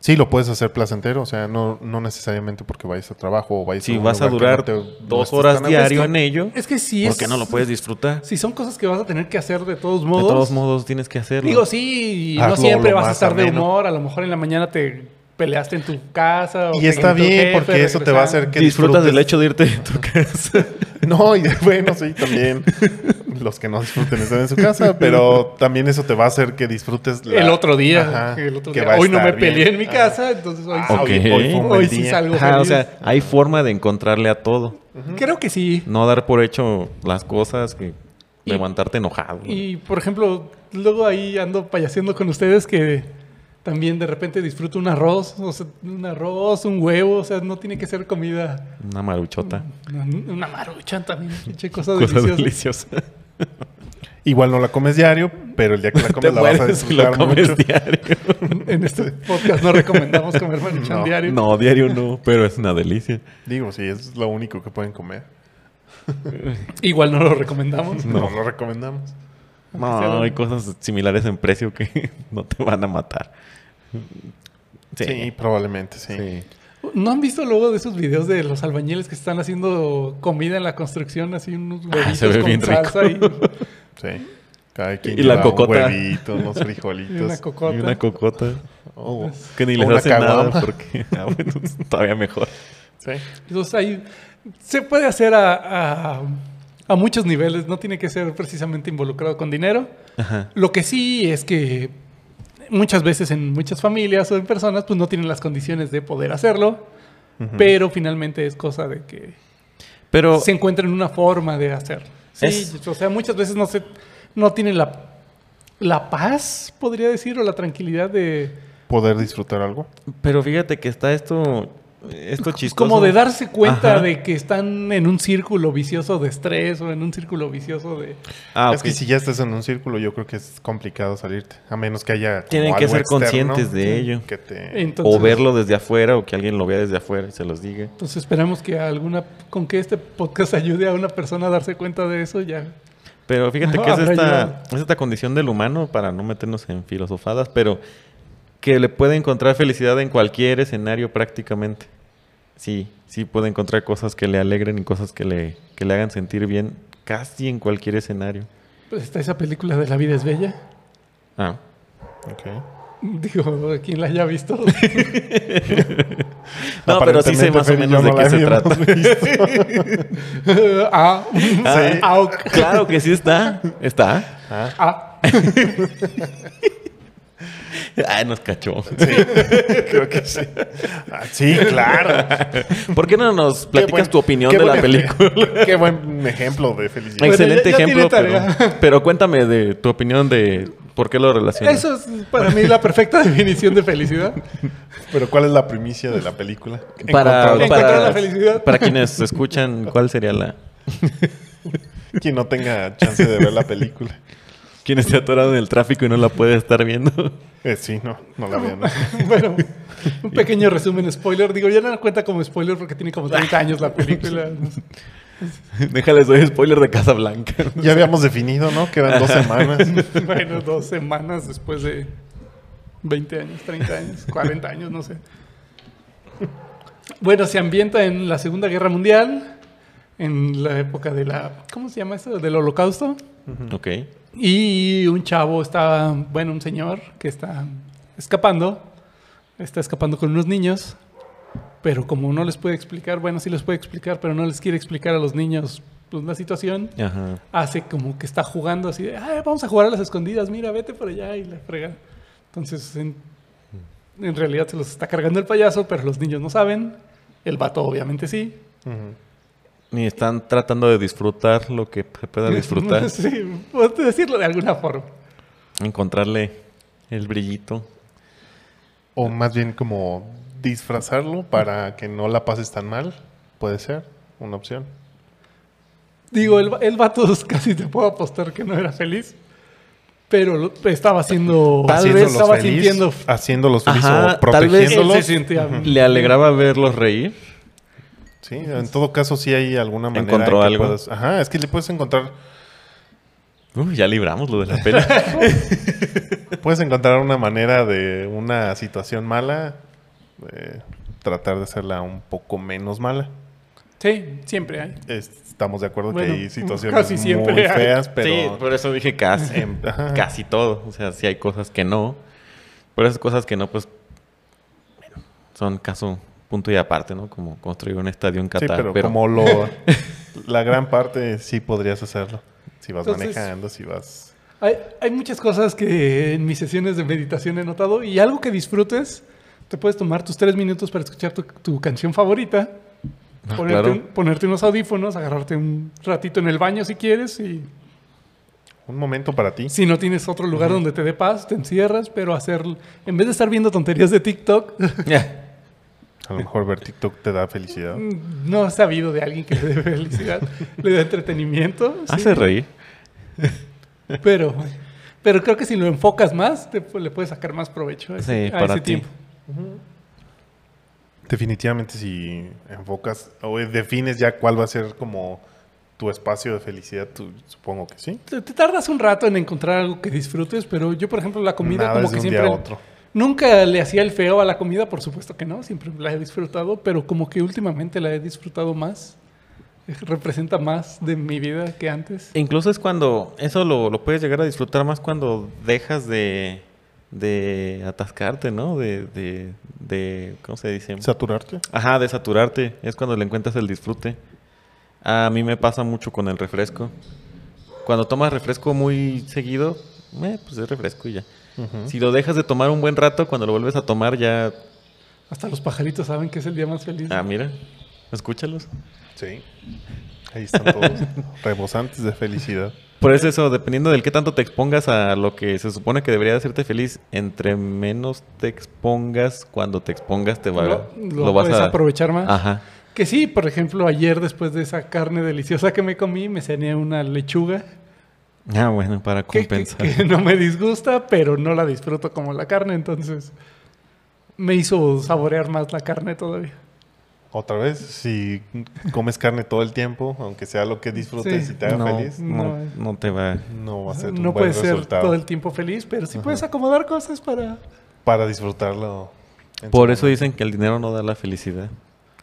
Sí, lo puedes hacer placentero, o sea, no, no necesariamente porque vayas a trabajo o vayas Si a un vas a durar lugar que no te- no dos estés horas tan a gusto. diario en ello, Es que si ¿por es- qué no lo puedes disfrutar? Si son cosas que vas a tener que hacer de todos De modos. todos modos tienes que hacerlo. Digo, sí, y no Hazlo siempre lo vas a más estar de ameno. humor. A lo mejor en la mañana te peleaste en tu casa. o Y te- está con tu bien, jefe, porque eso te va a hacer que Disfrutas del disfrutes. hecho de irte de tu casa. No, y bueno, sí, también los que no disfruten están en su casa, pero también eso te va a hacer que disfrutes la- El otro día. Ajá, el otro que día. va a Hoy no me estar peleé bien. en mi Ah, casa, entonces hoy, sí- ah, hoy- Ok. hoy fue un hoy buen sí día. salgo Ajá, o feliz. sea, hay forma de encontrarle a todo. Creo que sí. No dar por hecho las cosas, que Y- levantarte enojado. Y por ejemplo, luego ahí ando payaseando con ustedes que también de repente disfruto un arroz, o sea, un arroz, un huevo, o sea, no tiene que ser comida, Una maruchota. una, una maruchan también, pinche cosa Cosa deliciosa. deliciosa. Igual no la comes diario, pero el día que la Te comes la vas a mueres y disfrutar lo comes mucho. diario. En este podcast no recomendamos comer maruchan No, diario. No, diario no, pero es una delicia. Digo, sí, es lo único que pueden comer. Igual no lo recomendamos. No, lo recomendamos. sea- No, hay cosas similares en precio que no te van a matar. Sí, probablemente, sí. sí. ¿No han visto luego de esos videos de los albañiles que están haciendo comida en la construcción, así unos huevitos se ve con bien rico. salsa y, sí. Cada quien Y la lleva un cocota. huevito, unos y una frijolitos. Oh, cocota? Y una cocota. o- Que ni o les una hace nada caguama. porque ah, bueno, todavía mejor. Sí. Entonces ahí se puede hacer a, a- a muchos niveles, no tiene que ser precisamente involucrado con dinero. Ajá. Lo que sí es que muchas veces en muchas familias o en personas pues no tienen las condiciones de poder hacerlo, pero finalmente es cosa de que Pero se encuentren una forma de hacerlo. Sí, Oh. Es- o sea, muchas veces no se no tienen la la paz, podría decir, o la tranquilidad de Poder disfrutar algo. pero fíjate que está esto esto chistoso. como de darse cuenta Ajá. de que están en un círculo vicioso de estrés o en un círculo vicioso de Ah, Es ok. que si ya estás en un círculo, yo creo que es complicado salirte. A menos que haya. como Tienen que algo ser externo conscientes de ello. Que te... Entonces, o verlo desde afuera o que alguien lo vea desde afuera y se los diga. Entonces esperamos que alguna, con que este podcast ayude a una persona a darse cuenta de eso, ya. Pero fíjate que es Habrá esta, ayudado. es esta condición del humano, para no meternos en filosofadas, pero que le puede encontrar felicidad en cualquier escenario prácticamente. Sí, sí puede encontrar cosas que le alegren y cosas que le, que le hagan sentir bien casi en cualquier escenario. Pues está esa película de La vida es bella. Ah, Ok. Digo, quien la haya visto. No, pero sí sé Aparentemente, más o Fer y menos yo de no qué la se habíamos trata. visto. ah, ah, ok, Claro que sí está. Está. Ah, ah. Ay, nos cachó. creo que sí. Ah, sí, claro. ¿Por qué no nos platicas buen- tu opinión qué de la buen- película? Qué buen ejemplo de felicidad. Bueno, Excelente ya- ya tiene ejemplo, pero, tarea. pero cuéntame de tu opinión de ¿Por qué lo relacionas? Eso es para mí la perfecta definición de felicidad. Pero ¿cuál es la primicia de la película? para, Encontrar- encontrar para- la felicidad. para quienes escuchan, ¿cuál sería la...? Quien no tenga chance de ver la película. Quien esté atorado en el tráfico y no la puede estar viendo. Eh, sí, no, no la vean. bueno, un pequeño resumen spoiler. Digo, ya no la cuenta como spoiler porque tiene como 30 años la película. Déjales, doy spoiler de Casablanca. Ya habíamos definido, ¿no? Que eran dos semanas. bueno, dos semanas después de 20 años, 30 años, 40 años, no sé. Bueno, se ambienta en la Segunda Guerra Mundial, en la época de la... ¿Cómo se llama eso? Del holocausto. ok. Y un chavo está, bueno, un señor que está escapando, está escapando con unos niños, pero como no les puede explicar, bueno, sí les puede explicar, pero no les quiere explicar a los niños pues, la situación, Ajá. hace como que está jugando así de, "Ay, vamos a jugar a las escondidas, mira, vete por allá y la frega. Entonces, en, en realidad se los está cargando el payaso, pero los niños no saben, el vato obviamente sí. Ujú. Ni están tratando de disfrutar lo que se pueda disfrutar. sí, puedo decirlo de alguna forma. Encontrarle el brillito. O más bien como disfrazarlo para que no la pases tan mal. Puede ser una opción. Digo, el, va- el vato casi te puedo apostar que no era feliz, pero lo- estaba haciendo... Tal haciéndolos vez Pues estaba Haciéndolos feliz, sintiendo... Haciéndolos feliz Ajá, o tal vez- Él protegiéndolos. se sentía... ¿Le alegraba verlos reír? Sí, en todo caso sí hay alguna manera. en Encontró que algo. puedas- Ajá, es que le puedes encontrar, Uf, ya libramos lo de la pena. puedes encontrar una manera de una situación mala, eh, tratar de hacerla un poco menos mala. Sí, siempre hay. Es- Estamos de acuerdo Bueno, que hay situaciones casi siempre muy hay. feas, Sí, pero por eso dije casi. Em, ajá. casi todo. O sea, sí hay cosas que no. Pero esas cosas que no, pues. bueno, son caso punto y aparte, ¿no? Como construir un estadio en sí, Qatar. pero, pero, como lo la gran parte sí podrías hacerlo. Si vas Entonces- manejando, si vas Hay, hay muchas cosas que en mis sesiones de meditación he notado y algo que disfrutes, te puedes tomar tus tres minutos para escuchar tu, tu canción favorita, Ah, ponerte, claro. un- ponerte unos audífonos, agarrarte un ratito en el baño si quieres y un momento para ti. si no tienes otro lugar donde te dé paz, te encierras, pero hacer, en vez de estar viendo tonterías de TikTok, Ya. A lo mejor ver TikTok te da felicidad. mm, no he sabido de alguien que le dé felicidad, le dé entretenimiento, sí, Hace reír. pero, pero creo que si lo enfocas más, te, pu- le puedes sacar más provecho a ese, Sí, a para ese ti. tiempo. Definitivamente si enfocas o defines ya cuál va a ser como tu espacio de felicidad, tú- supongo que sí. Te, te tardas un rato en encontrar algo que disfrutes, pero yo, por ejemplo, la comida Nada como es que de un siempre... día a otro. Nunca le hacía el feo a la comida, por supuesto que no, siempre la he disfrutado, pero como que últimamente la he disfrutado más, eh, representa más de mi vida que antes. Incluso es cuando eso lo, lo puedes llegar a disfrutar más cuando dejas de, de atascarte, ¿no? De, de, de- ¿cómo se dice? Saturarte. Ajá, de saturarte. Es cuando le encuentras el disfrute. A mí me pasa mucho con el refresco. Cuando tomas refresco muy seguido, eh, pues es refresco y ya. Si lo dejas de tomar un buen rato, cuando lo vuelves a tomar ya... Hasta los pajaritos saben que es el día más feliz. Ah, mira, escúchalos. Sí. Ahí están todos rebosantes de felicidad. Por eso eso, dependiendo del qué tanto te expongas a lo que se supone que debería hacerte feliz, entre menos te expongas, cuando te expongas te va Lo- lo vas puedes a aprovechar más. Ah. Ajá. Que sí, por ejemplo, ayer después de esa carne deliciosa que me comí, me cené una lechuga Ah, bueno, para que, que- compensar. que no me disgusta, pero no la disfruto como la carne, entonces me hizo saborear más la carne todavía. Otra vez, si comes carne todo el tiempo, aunque sea lo que disfrutes Sí. y te haga no, feliz, no, No. no te va. no va a ser un No buen puedes ser resultado todo el tiempo feliz, pero sí puedes acomodar cosas para... para disfrutarlo. en su Por eso momento. dicen que el dinero no da la felicidad.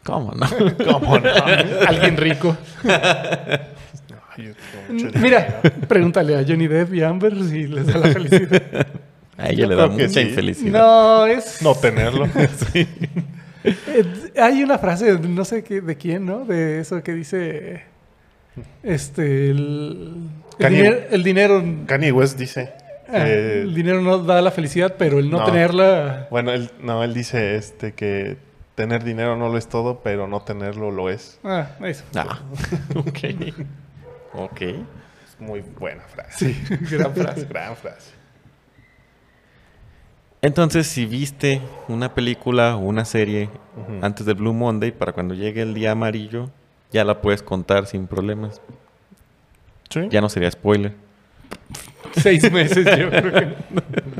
¿Cómo no? ¿Cómo no? Alguien rico. Ay, yo tengo mucho dinero. Mira, pregúntale a Johnny Depp y Amber si les da la felicidad. A ella Yo le da creo que mucha sí. infelicidad. No, es... No tenerlo. Eh, hay una frase, no sé qué- de quién, ¿no? De eso que dice... Este... El, el Kanye- diner- el dinero... Kanye West dice. ah, eh, el dinero no da la felicidad, pero el no, no. tenerla... Bueno, él, no, él dice este que tener dinero no lo es todo, pero no tenerlo lo es. Ah, eso. Ah, ok. Ok. Es muy buena frase. Sí, gran frase. Gran frase. Entonces, si viste una película o una serie Ujú. antes del Blue Monday, para cuando llegue el día amarillo, ya la puedes contar sin problemas. Sí. Ya no sería spoiler. Seis meses, yo creo que.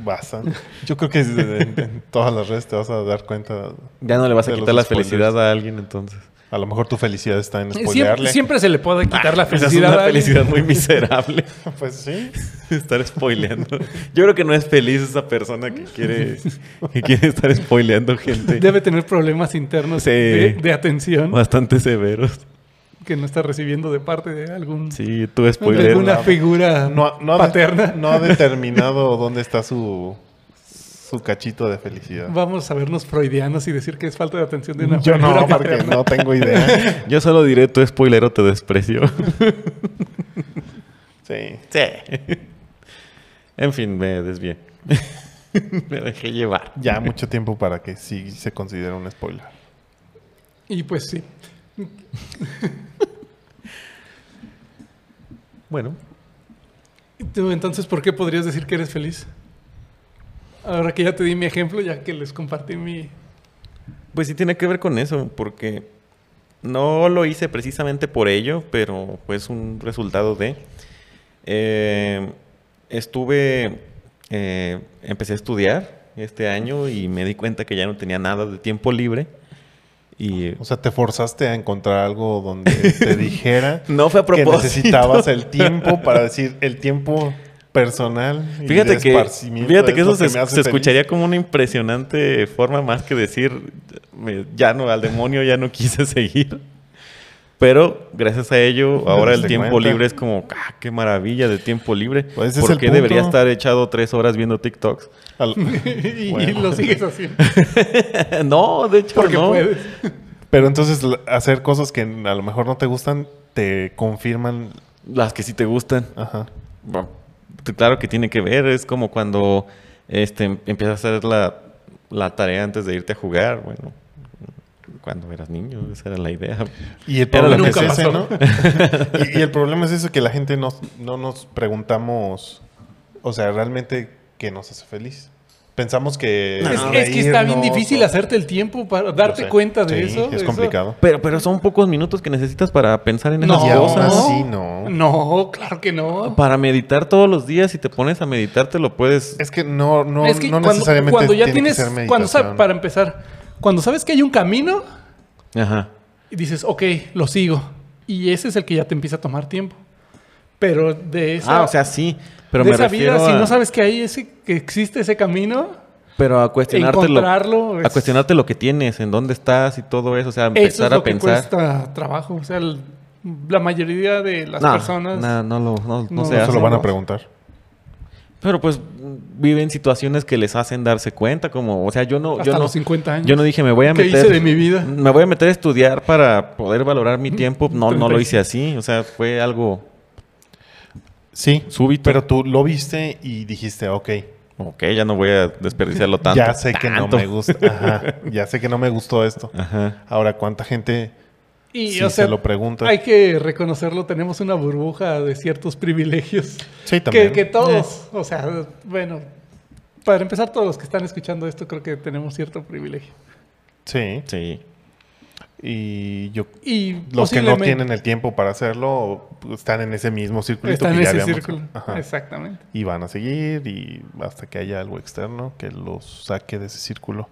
Bastante. Yo creo que en, en todas las redes te vas a dar cuenta. Ya no le vas a De los quitar la spoilers. felicidad a alguien, entonces. A lo mejor tu felicidad está en Siempre, spoilearle. Ah, siempre se le puede quitar la Esa es felicidad. una a alguien. felicidad muy miserable. Pues sí. estar spoileando. Yo creo que no es feliz esa persona que quiere, que quiere estar spoileando gente. Debe tener problemas internos Sí. de, de atención Bastante severos. que no está recibiendo de parte de algún Sí, tú de spoiler. alguna no. figura No, ha- no ha de- paterna. no ha determinado dónde está su, su cachito de felicidad. Vamos a vernos freudianos y decir que es falta de atención de una Yo figura no, porque paterna. no tengo idea. Yo solo diré, tu spoilero te desprecio. Sí. Sí. En fin, me desvié. me dejé llevar. Ya mucho tiempo para que sí se considere un spoiler. Y pues sí. Bueno, ¿Tú entonces por qué podrías decir que eres feliz? Ahora que ya te di mi ejemplo, ya que les compartí mi... pues sí tiene que ver con eso, porque no lo hice precisamente por ello, pero fue un resultado de... Eh, estuve, eh, empecé a estudiar este año y me di cuenta que ya no tenía nada de tiempo libre. Y O sea, te forzaste a encontrar algo donde te dijera no fue a que propósito. necesitabas el tiempo para decir el tiempo personal. y Fíjate de que, esparcimiento fíjate es que lo eso se, me hace se feliz. escucharía como una impresionante forma más que decir, me- ya no, al demonio ya no quise seguir. Pero gracias a ello, Te ahora el diste tiempo cuenta. libre es como, "Ah, qué maravilla de tiempo libre. Pues ese es ¿Por el qué debería punto. estar echado tres horas viendo TikToks? Al- y Bueno. Pues lo sigues haciendo. no, de hecho Porque no. puedes. Pero entonces l- hacer cosas que a lo mejor no te gustan te confirman. Las que sí te gustan. Ajá. Bueno, t- claro que tiene que ver, es como cuando este, em- empiezas a hacer la, la tarea antes de irte a jugar, bueno, cuando eras niño, esa era la idea. Y el Era lo problema que es nunca ese, pasó. ¿no? y, y el problema es eso que la gente nos- no nos preguntamos, o sea, realmente qué nos hace feliz. Pensamos que es, es que está bien difícil hacer hacerte el tiempo para darte cuenta de eso. Es eso. complicado. Pero, pero son pocos minutos que necesitas para pensar en esas No. Y aún cosas. así no. No, claro que no. Para meditar todos los días, si te pones a meditar, te lo puedes... Es que no, no, es que no cuando, necesariamente cuando ya tiene tienes, que ser cuando sa- meditación. para empezar, cuando sabes que hay un camino Ajá. y dices, ok, lo sigo. Y ese es el que ya te empieza a tomar tiempo. Pero de esa, ah, o sea, sí. Pero de me esa refiero vida, si a- no sabes que hay ese, que existe ese camino, Pero a cuestionarte, lo, encontrarlo a cuestionarte lo que tienes, en dónde estás y todo eso. O sea, eso empezar es lo a que pensar... cuesta trabajo. O sea, el- la mayoría de las No, personas no, no, lo- no- no No, se no se hace. lo van a hacemos. preguntar. Pero pues viven situaciones que les hacen darse cuenta, como, o sea, yo no, hasta yo no, los 50 años. yo no dije me voy a ¿Qué meter, hice de mi vida? Mm, me voy a meter a estudiar para poder valorar mi tiempo. No, no lo 35. hice así, o sea, fue algo Sí, súbito. pero tú lo viste y dijiste, ok, ok, ya no voy a desperdiciarlo tanto. ya sé que no tanto. me gusta. Ajá, ya sé que no me gustó esto. Ajá. Ahora, ¿cuánta gente Y sí o sea, se lo pregunta? hay que reconocerlo, tenemos una burbuja de ciertos privilegios. sí, Que, también. Eh. que todos, o sea, bueno, para empezar, todos los que están escuchando esto creo que tenemos cierto privilegio. Sí, Sí. y yo... Y Los que no posiblemente tienen el tiempo para hacerlo están en ese mismo círculo. están en ese círculo. Exactamente. Y van a seguir y hasta que haya algo externo que los saque de ese círculo.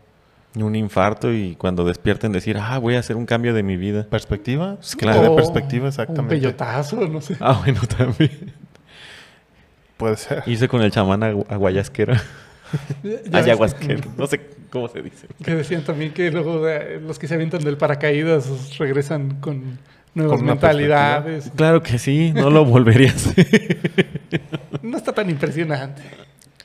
Y Un infarto y cuando despierten decir, ah, voy a hacer un cambio de mi vida. ¿Perspectiva? Que claro. te dé O perspectiva, Un exactamente. peyotazo, no sé. Ah, bueno, también. Puede ser. Hice con el chamán agu- aguayasquera. Ya ves Ayahuasquera. No sé cómo se dice. Que decían también que luego de- los que se avientan del paracaídas regresan con nuevas Con una mentalidades. Claro que sí, no lo volvería a hacer. No está tan impresionante.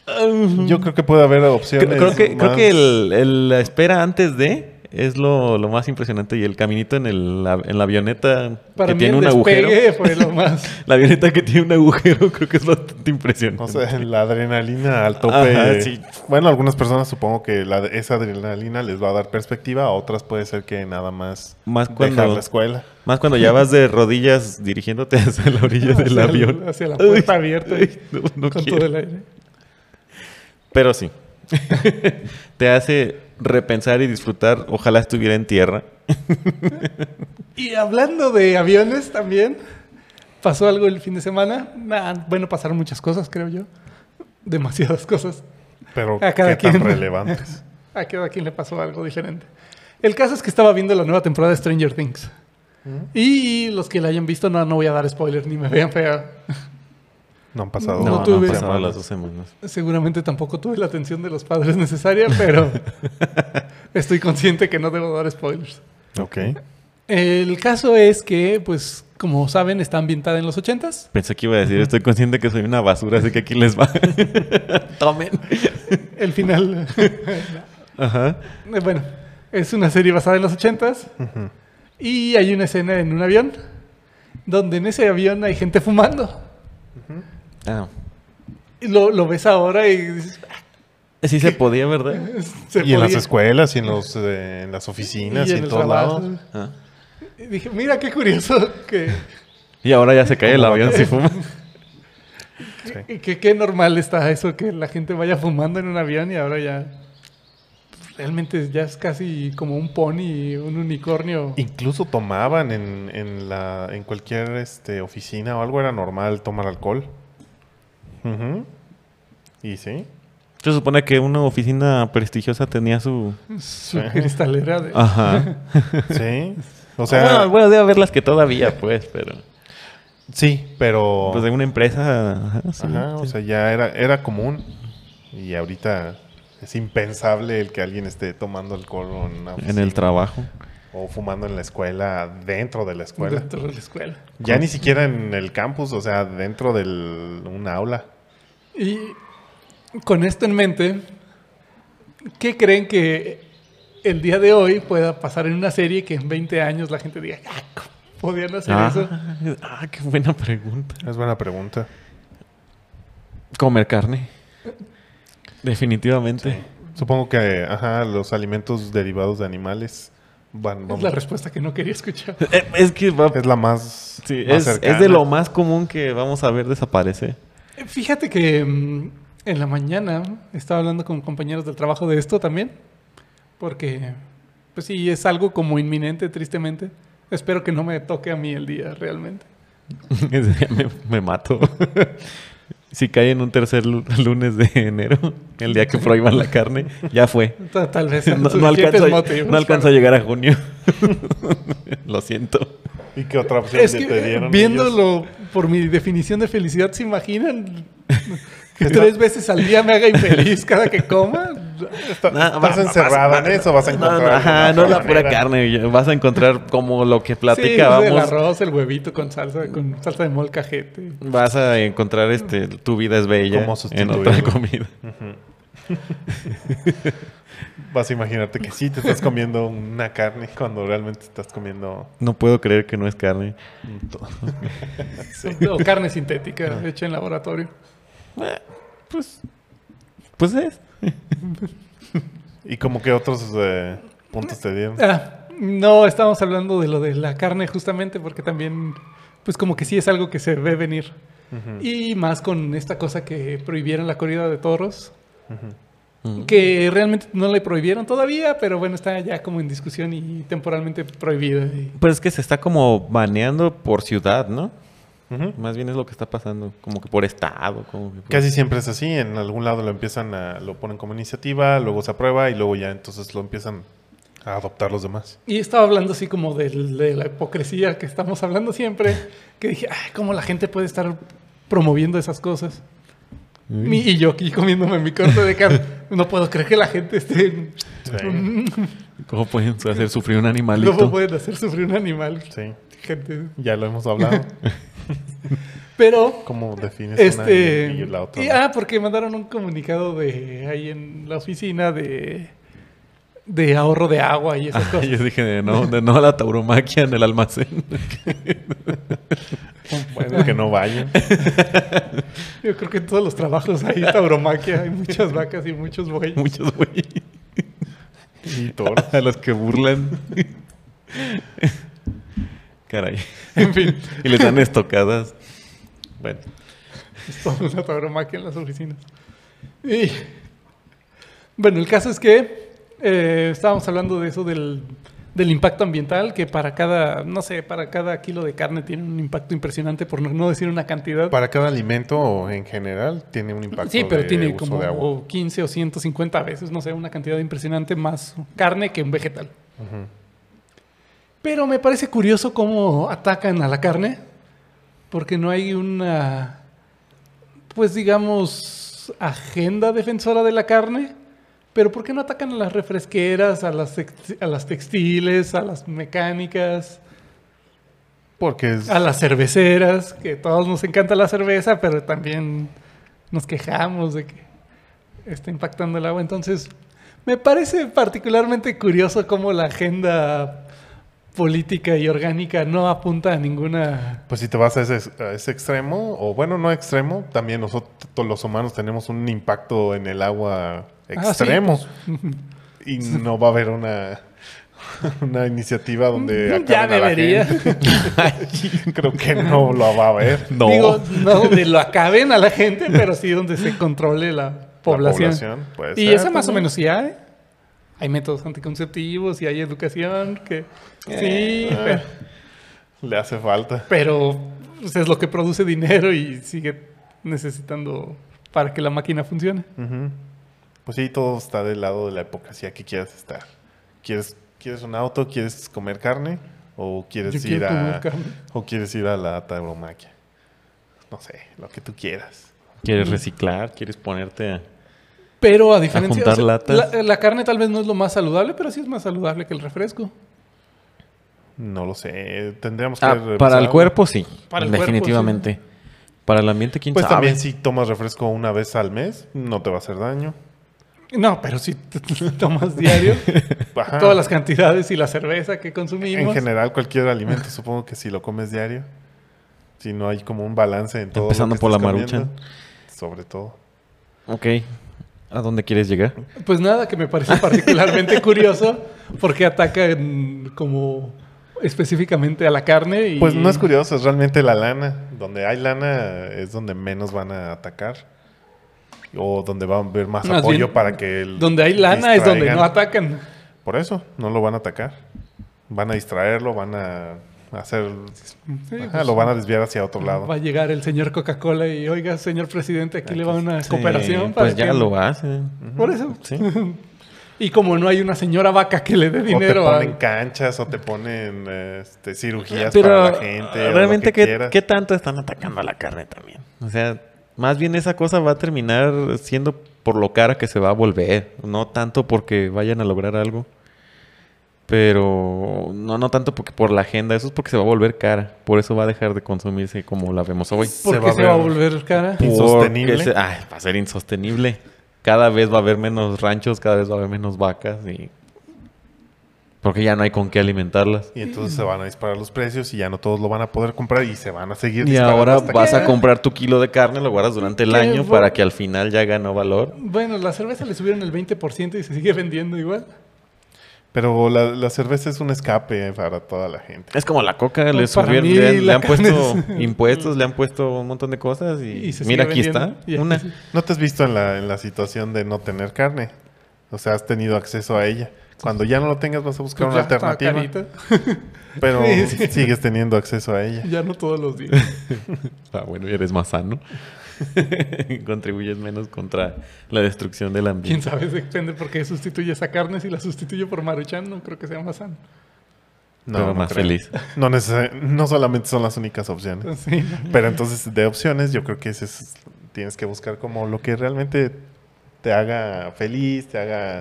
Yo creo que puede haber opciones. Creo, creo que, creo más- que el, el- la espera antes de es lo, lo más impresionante. Y el caminito en, el, av- en la avioneta Para que mí tiene el un agujero. despegue fue lo más. La avioneta que tiene un agujero creo que es bastante impresionante. O sea, la adrenalina al tope. Ajá, sí. Bueno, algunas personas supongo que la- esa adrenalina les va a dar perspectiva, a otras puede ser que nada más, Más dejar cuando- la escuela. Más cuando ya vas de rodillas dirigiéndote hacia la orilla del hacia el- avión. hacia la puerta Ay, abierta. ay, no, no con quiero. todo el aire. Pero sí, Te hace repensar y disfrutar. Ojalá estuviera en tierra. Y hablando de aviones también, pasó algo el fin de semana. Nah, bueno, pasaron muchas cosas, creo yo. Demasiadas cosas. Pero A cada qué tan quien. relevantes. A cada quien le pasó algo diferente. El caso es que estaba viendo la nueva temporada de Stranger Things. Y los que la hayan visto, no, no voy a dar spoiler ni me vean feo. No han pasado. No, unas No, tú no han ves. pasado semanas. las dos semanas. Seguramente tampoco tuve la atención de los padres necesaria, pero estoy consciente que no debo dar spoilers. Ok. El caso es que, pues, como saben, está ambientada en los ochentas. Pensé que iba a decir, estoy consciente que soy una basura, así que aquí les va. Tomen. El final, Ajá. eh, bueno, es una serie basada en los ochentas Ujú. y hay una escena en un avión donde en ese avión hay gente fumando. Ah. Y Lo, lo ves ahora y dices, Eh, Sí se podía, ¿verdad? se y en las podía. escuelas y en, los, eh, en las oficinas y, Y en en, el todos trabajo. lados. Ah. Y Dije, mira qué curioso que, Y ahora ya se cae el avión si fuma. que, qué normal está eso, que la gente vaya fumando en un avión y ahora ya realmente ya es casi como un pony, un unicornio. Incluso tomaban en, en, la, en cualquier este, oficina o algo, era normal tomar alcohol. Ujú. Y sí. Se supone que una oficina prestigiosa tenía su... Su cristalera de... Ajá. Sí. O O sea, sea, Ah, bueno, bueno, debe haberlas que todavía, pues, pero... sí, pero. Pues de una empresa... Ajá, sí, Ajá, o sí. sea, ya era, era común. Y ahorita es impensable el que alguien esté tomando alcohol o en, una en el oficina, trabajo. o fumando en la escuela, dentro de la escuela. dentro de la escuela. Ya ni siquiera en el campus, o sea, dentro de un aula. Y con esto en mente, ¿qué creen que el día de hoy pueda pasar en una serie que en 20 años la gente diga, "Ah, ¿cómo podían hacer eso? Ah, ah, qué buena pregunta. Es buena pregunta. Comer carne. Definitivamente. Supongo que, ajá, los alimentos derivados de animales van... Es vamos, la respuesta que no quería escuchar. Eh, Es que va... es la más, sí, más es, es cercana. de lo más común que vamos a ver desaparecer. Fíjate que mm, en la mañana estaba hablando con compañeros del trabajo de esto también, porque pues sí, es algo como inminente, tristemente. Espero que no me toque a mí el día realmente. Ese día me, me mato. si cae en un tercer lu- lunes de enero, el día que prohíban la carne, ya fue. Ta- Tal vez No, sean no alcanzo, suficientes a- motivos no alcanzo a para- llegar a junio. Lo siento. ¿Y qué otra opción Es te- que te dieron ellos? viéndolo por mi definición de felicidad, ¿se imaginan que Está- tres veces al día me haga infeliz cada que coma? Está- No, va- estás va- encerrada va- en eso, vas a no, encontrar... no, ajá, alguna no es otra la pura manera. carne. ya Vas a encontrar como lo que Sí, pues, el platicábamos. arroz, el huevito con salsa, con salsa de molcajete. vas a encontrar este tu vida es bella Cómo en otra sustituirlo. comida. Vas a imaginarte que sí te estás comiendo una carne cuando realmente estás comiendo... No puedo creer que no es carne. O carne Ah. sintética hecha en laboratorio. Eh, Pues, pues es. ¿Y como que otros eh, puntos te dieron? Ah, no, estábamos hablando de lo de la carne justamente porque también, pues como que sí es algo que se ve venir. Y más con esta cosa que prohibieron la corrida de toros. Mm. Que realmente no le prohibieron todavía, pero bueno, está ya como en discusión y temporalmente prohibida. y- Pues es que se está como baneando por ciudad, ¿no? Ujú. Más bien es lo que está pasando, como que por estado, como que por- Casi siempre es así, en algún lado lo empiezan a, lo ponen como iniciativa, luego se aprueba y luego ya entonces lo empiezan a adoptar los demás. Y estaba hablando así como del- de, la hipocresía que estamos hablando siempre, que dije, ah, ¿cómo la gente puede estar promoviendo esas cosas? Mm. Mi- y yo aquí comiéndome mi corte de carne. No puedo creer que la gente esté... Sí. ¿Cómo pueden hacer sufrir un animalito? ¿Cómo pueden hacer sufrir un animal? Sí, Gente. ya lo hemos hablado. Pero, ¿Cómo defines este... una y, y la otra? y, no? ah, porque mandaron un comunicado de ahí en la oficina de, de ahorro de agua y esas Ah, cosas. yo dije, de no, de no a la tauromaquia en el almacén. Bueno, que no vayan. Yo creo que en todos los trabajos hay tauromaquia, hay muchas vacas y muchos bueyes. Muchos güey. Y toros. A los que burlan. Caray. En fin, Y les dan estocadas. Bueno. es toda una tauromaquia en las oficinas. Y Bueno, el caso es que eh, estábamos hablando de eso del, del impacto ambiental, que para cada, no sé, para cada kilo de carne tiene un impacto impresionante, por no, no decir una cantidad. Para cada alimento en general tiene un impacto Sí, pero de tiene uso como de agua. o 15 o 150 veces, no sé, una cantidad impresionante más carne que un vegetal. Ujú. Pero me parece curioso cómo atacan a la carne, porque no hay una, pues digamos, agenda defensora de la carne. Pero ¿por qué no atacan a las refresqueras, a las, tex- a las textiles, a las mecánicas, Porque es... a las cerveceras? Que a todos nos encanta la cerveza, pero también nos quejamos de que está impactando el agua. Entonces, me parece particularmente curioso cómo la agenda política y orgánica no apunta a ninguna... Pues si te vas a ese, a ese extremo, o bueno, no extremo, también nosotros los humanos tenemos un impacto en el agua Ah, sí, pues. extremo. Y no va a haber una, una iniciativa donde ya acaben a la debería. gente. Creo que no lo va a haber. No. Digo, no donde lo acaben a la gente, pero sí donde se controle la población. población, puede y ser esa más o también. menos sí hay. Hay métodos anticonceptivos y hay educación que... sí, ah. pero... Le hace falta. pero pues, es lo que produce dinero y sigue necesitando para que la máquina funcione. Ujú. Pues sí, todo está del lado de la hipocresía que quieras estar. ¿Quieres, ¿Quieres un auto? ¿Quieres comer carne? ¿O quieres Yo ir quiero a comer carne. o quieres ir a la tauromaquia? No sé, lo que tú quieras. ¿Quieres reciclar? ¿Quieres ponerte a...? Pero a diferencia, juntar latas. la, la carne tal vez no es lo más saludable, pero sí es más saludable que el refresco. No lo sé, tendríamos que Ah, revisar para el algo. cuerpo sí, Para el cuerpo, definitivamente. Para el ambiente, quién Pues sabe. también si tomas refresco una vez al mes, no te va a hacer daño. No, pero si t- t- tomas diario, Ajá. todas las cantidades y la cerveza que En consumimos. general, cualquier alimento, supongo que si lo comes diario, si no hay como un balance en todo. lo Empezando que por estás la comiendo, maruchan. Sobre todo. Ok. ¿A dónde quieres llegar? Pues nada, que me parece particularmente curioso porque atacan como específicamente a la carne. Y... Pues no es curioso, es realmente la lana. Donde hay lana es donde menos van a atacar. O donde va a haber más, Más apoyo bien, para que el. Donde hay lana es donde distraigan. no atacan. Por eso, no lo van a atacar. Van a distraerlo, van a hacer. Sí, Ajá, pues, lo van a desviar hacia otro lado. Va a llegar el señor Coca-Cola y, oiga, señor presidente, aquí le va una Sí, cooperación. para pues ya que-". lo hacen. Por eso. Sí. Y como no hay una señora vaca que le dé dinero o te a... ponen canchas, o te ponen este, cirugías Pero para la gente. o realmente, lo que ¿qué, quieras. qué tanto están atacando a la carne también? O sea, más bien esa cosa va a terminar siendo por lo cara que se va a volver. No tanto porque vayan a lograr algo. Pero no, no tanto porque por la agenda. Eso es porque se va a volver cara. Por eso va a dejar de consumirse como la vemos hoy. ¿Por se qué va a se va a ver- volver cara? Pu- Insostenible. Porque se- ay, va a ser insostenible. Cada vez va a haber menos ranchos, cada vez va a haber menos vacas y... Porque ya no hay con qué alimentarlas. Y entonces se van a disparar los precios y ya no todos lo van a poder comprar y se van a seguir Y disparando ahora hasta vas que- a comprar tu kilo de carne, lo guardas durante el ¿Qué año va- para que al final ya ganó valor. Bueno, la cerveza le subieron el 20% y se sigue vendiendo igual. Pero la, la cerveza es un escape para toda la gente. Es como la coca, le, Para subieron, mí le, han- la le han carne puesto es- Mm. impuestos, le han puesto un montón de cosas y, Y se mira, aquí sigue está. vendiendo. Y aquí una. sí. ¿No te has visto en la, en la situación de no tener carne? O sea, has tenido acceso a ella. Cuando ya no lo tengas vas a buscar Pues una ya está alternativa, carita. pero Sí, sí. sigues teniendo acceso a ella. Ya no todos los días. Ah, bueno, ya eres más sano. Contribuyes menos contra la destrucción del Quién ambiente. sabe, depende por qué sustituyes a carne. Si la sustituyo por maruchan, no creo que sea más sano. No, pero no más creo. feliz. No, neces- no solamente son las únicas opciones. Entonces, sí. Pero entonces de opciones yo creo que ese es- tienes que buscar como lo que realmente te haga feliz, te haga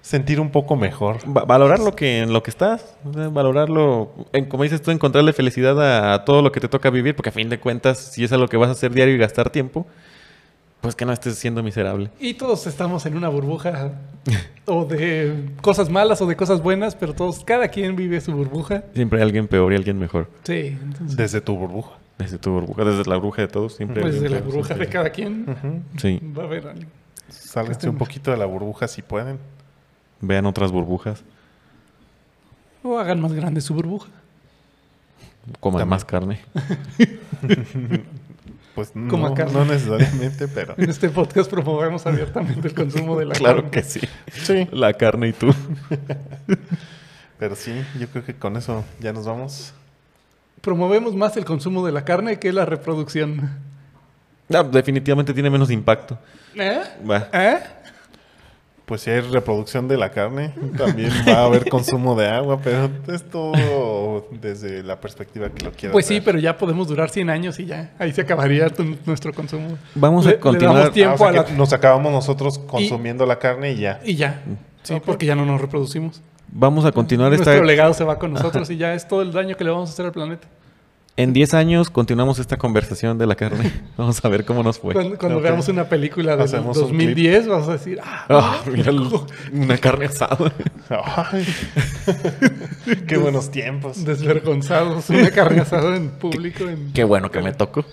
sentir un poco mejor. Va- valorar lo que en lo que estás, o sea, valorarlo, en, como dices tú, encontrarle felicidad a, a todo lo que te toca vivir, porque a fin de cuentas, si es a lo que vas a hacer diario y gastar tiempo, pues que no estés siendo miserable. Y todos estamos en una burbuja o de cosas malas o de cosas buenas, pero todos, cada quien vive su burbuja. Siempre hay alguien peor y alguien mejor. Sí, entonces, Desde tu burbuja. Desde tu burbuja, desde la burbuja de todos, siempre. hay pues de alguien la peor, burbuja de siempre cada quien Ujú. hay- Sí, va a haber alguien. Sálganse un poquito de la burbuja si pueden. vean otras burbujas, O hagan más grande su burbuja. coman También. más carne. Pues Como no, acá. no necesariamente, pero En este podcast promovemos abiertamente el consumo de la Claro carne. que sí. sí. La carne y tú. Pero sí, yo creo que con eso ya nos vamos. Promovemos más el consumo de la carne que la reproducción. No, definitivamente tiene menos impacto. ¿Eh? Va. ¿Eh? Pues si hay reproducción de la carne, también va a haber consumo de agua, pero esto desde la perspectiva que lo quieras Pues sí, ver. pero ya podemos durar 100 años y ya. Ahí se acabaría tu- nuestro consumo. Vamos a Le- le continuar. damos tiempo Ah, o sea a la- que nos acabamos nosotros consumiendo la carne y ya. Y ya. Sí, porque ya no nos reproducimos. Vamos a continuar esta. Nuestro legado se va con nosotros y ya es todo el daño que le vamos a hacer al planeta. En 10 años continuamos esta conversación de la carne. Vamos a ver cómo nos fue. Cuando, cuando ok. veamos una película de Hacemos un 2010, vas a decir, ah, Ah, mira, lo- una carne asada. Ay. Qué buenos tiempos. desvergonzados, una carne asada en público. en- Qué bueno que me tocó.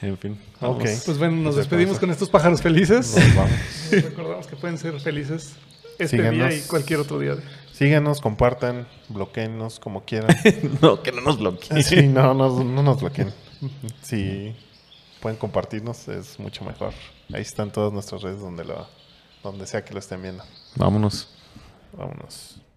En fin. Ok. vamos. Pues bueno, nos Pues, despedimos vamos. con estos pájaros felices. Nos vamos. Les Recordamos que pueden ser felices este día Síganos. y cualquier otro día. Síganos, compartan, bloqueennos como quieran. No, que no nos bloqueen. Sí, no, no, no nos bloqueen. Si pueden compartirnos, es mucho mejor. Ahí están todas nuestras redes donde, lo, donde sea que lo estén viendo. Vámonos. Vámonos.